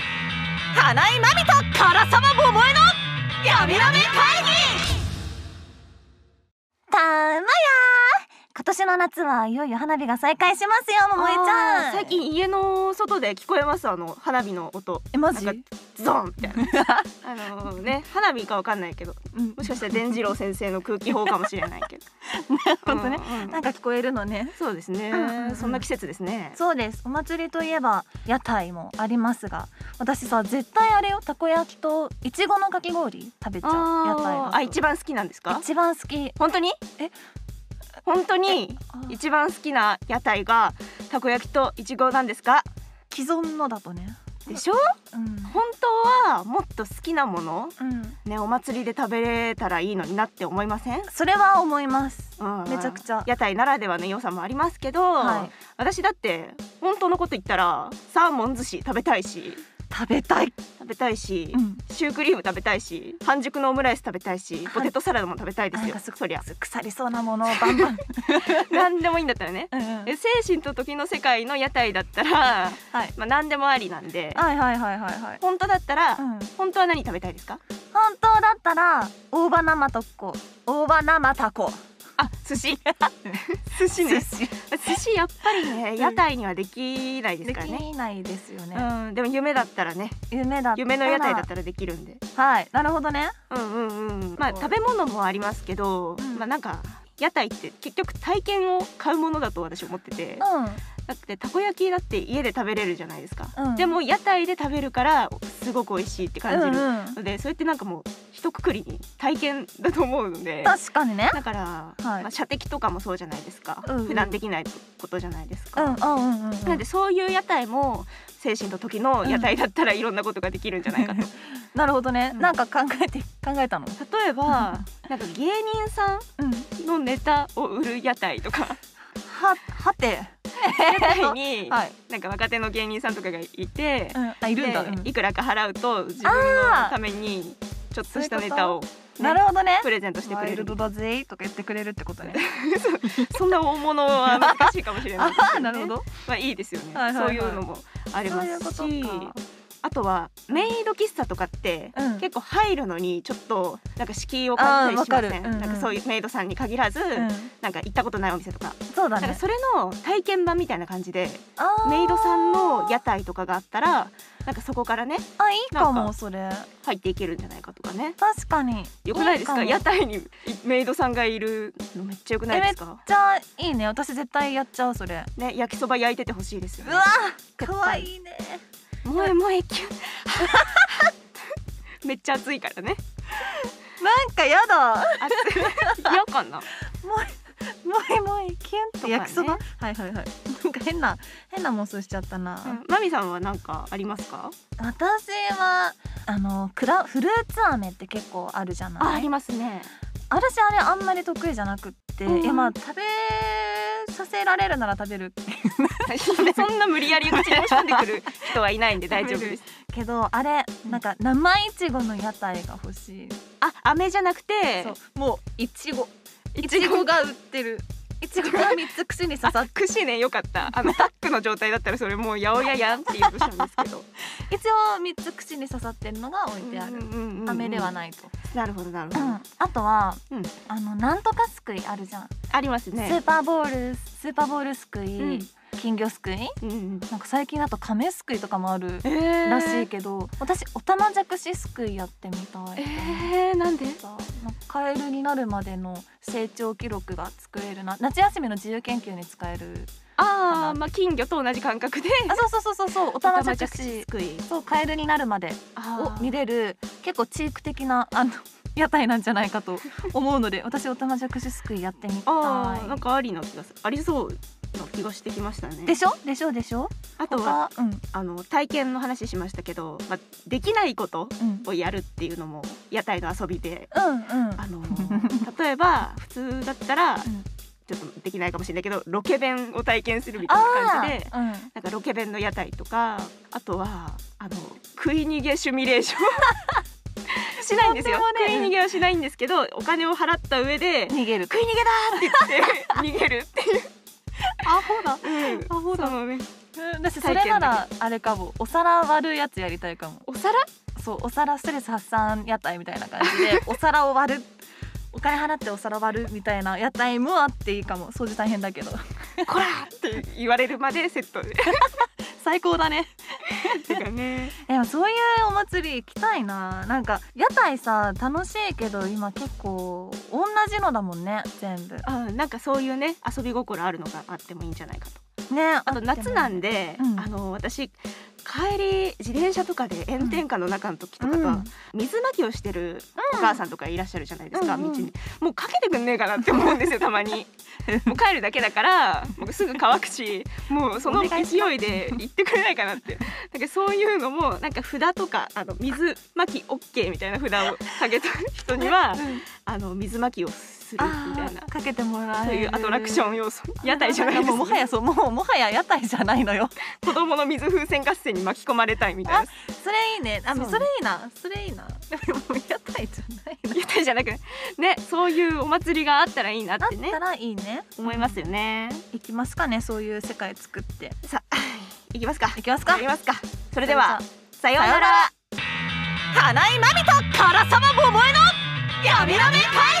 金井真美と唐沢桃江のやめやめ会議たまやー今年の夏はいよいよ花火が再開しますよ桃江ちゃん最近家の外で聞こえますあの花火の音えマジゾンみたい なあのね花火かわかんないけどうんもしかしたら伝次郎先生の空気砲かもしれ ないけど本当ねうんうんなんか聞こえるのねそうですね、うんうんそんな季節ですねそうですお祭りといえば屋台もありますが私さ絶対あれよたこ焼きといちごのかき氷食べちゃう屋台あのーあ一番好きなんですか一番好き本当にえ本当にあ一番好きな屋台がたこ焼きといちごなんですか既存のだとねでしょうん本当はもっと好きなものうんねお祭りで食べれたらいいのになって思いませんそれは思いますうんめちゃくちゃ屋台ならではの良さもありますけど、はい私だって本当のこと言ったらサーモン寿司食べたいし食べたい食べたいし、うんシュークリーム食べたいし半熟のオムライス食べたいしポテトサラダも食べたいですなんよかすご そりゃ腐りそうなものをバン バン何でもいいんだったらねうんうんえ精神と時の世界の屋台だったら、はいまあ、何でもありなんではいはいはいはいはい本当だったら、うん本当は何食べたいですか本当だったら大葉生とっこ大葉生たこあ寿司 寿司 ね司寿司やっぱりね屋台にはできないですでからねきないですよね、うん、でも夢だったらね夢だったら夢の屋台だったらできるんではいなるほどねうんうんうんまあ食べ物もありますけど、うんまあなんか屋台って結局体験を買うものだと私思っててうだってたこ焼きだって家で食べれるじゃないですか、うんでも屋台で食べるからすごく美味しいってん感じるうんうんのでそれってなんかもう一括りに体験だと思うので確かにねだから、はいまあ、射的とかもそうじゃないですか、うんうん普段できないことじゃないですうか、んうんうんうんなんでそういう屋台も精神と時の屋台だったらいろんなことができるんじゃないかと、なるほどね、うんなんか考えて考えたの例えばなんか芸人さうんんのネタを売る屋台 とかははて屋台にはい、なんか若手の芸人さんとかがいて、うん、あいるんだ、うんでいくらか払うと自分のためにちょっとしたネタを、ねなるほどねプレゼントしてくワれイるルドだぜーとか言ってくれるってことねそんな大物は難しいかもしれない あですけーなるほね、どまあいいですよね、はいはいはいそういうのもありそまういうことすかしあとはメイド喫茶とかって、うん結構入るのにちょっとなんか敷居を感じたりしませんあーわかるうんうんなんかそういうメイドさんに限らず、うんなんか行ったことないお店とかそうだなんかねそれの体験版みたいな感じであーメイドさんの屋台とかがあったらなんかそこからねあいいかなんもかそれ入っていけるんじゃないかとかね確かによくないですかいい屋も台にいメイドさんがいるのめっちゃよくないですかじゃあいいね私絶対やっちゃうそれね焼きそば焼いててほしいですよ、うね、わ絶対可愛いねもえもえキュン めっちゃ暑いからねなんかやだ暑い嫌かなもいもいもいキュンってとかね焼きそば、はいはいはいなんか変な変な妄想しちゃったな、うんマミさんはなんかありますか私はあのクラフルーツ飴って結構あるじゃないますね私あれあんまり得意じゃなくって、うんいやまあ食べさせられるなら食べる そんな無理やり口に押し込んでくる人はいないんで大丈夫ですけどあれなんか生いちごの屋台が欲しい、あ飴じゃなくてそうもういちごいいちちごごが売って るいちごが三つ串に刺さっ串ねよかった あのタックの状態だったらそれもう八百屋やんって言うとしたんですけど一応三つ串に刺さってるのが置いてある、飴ではなないと、なるほどなるほうど、ん、あとは、うんあのなんとかすくいあるじゃん、ありますスーねパーボールスーパーボールすくい、うん金魚すくいうんうんなんか最近だと亀すくいとかもあるえーらしいけど、私おたまじゃくしすくいやってみたい、えー、なんでさなんかカエルになるまでの成長記録が作れるな夏休みの自由研究に使えるああまあ金魚と同じ感覚であそうそうそうそうそうおたまじゃくししすくいそうカエルになるまでをあ見れる結構チーク的なあの 屋台なんじゃないかと思うので私おたまじゃくしすくいやってみあたーなんかありな気がするありそうな気がしてきましたねいでしょでしょでしょあとは他うんあの体験の話しましたけど、まあ、できないことうんをやるっていうのも屋台の遊びでうんうんあ の例えば普通だったら、んちょっとできないかもしれないけどロケ弁を体験するみたいなあ感じでーうんなんかロケ弁の屋台とかあとはあの食い逃げシミュレーショ ンしないんですよ、とんでもね食い逃げはしないんですけどお金を払った上 で逃げる食い逃げだーって言って逃げるっていうアホだうん アホだそのね私それならあれかもお皿割るやつやりたいかもお皿そうお皿ストレス発散屋台みたいな感じ でお皿を割るお金払ってお皿割るみたいな屋台もあっていいかも掃除大変だけどこらって言われるまでセットで 最高だ ねとかねでもそういうお祭り行きたいななんか屋台さ楽しいけど今結構同じのだもんね全部あなんかそういうね遊び心あるのがあってもいいんじゃないかとねあと夏なんで、うんあの私帰り自転車とかで炎天下の中の時とかうがん水まきをしてるお母さんとかいらっしゃるじゃないですか、うんうん道にもうかけてくんねえかなって思うんですよた まにもう帰るだけだからもうすぐ乾くしもうそのお願いしま勢いで行ってくれないかなってなんかそういうのもなんか札とかあの水まき OK みたいな札をかけた人にはうんあの水まきをするみたいなあーかけてもらえるそういうアトラクション要素屋台じゃないですもうもはやそうもうもはや屋台じゃないのよ子供の水風船合戦に巻き込まれたいみたいなそれいいねあのそうそれいいなそれいいなでももう屋台じゃないの屋台じゃなくねねそういうお祭りがあったらいいなっだってねたらいいね思いますよね行きますかねそういう世界作ってさあ行きますか行きますか行きますかそそれではさよさようなうならら花井真美と唐沢桃江のやみらめ会議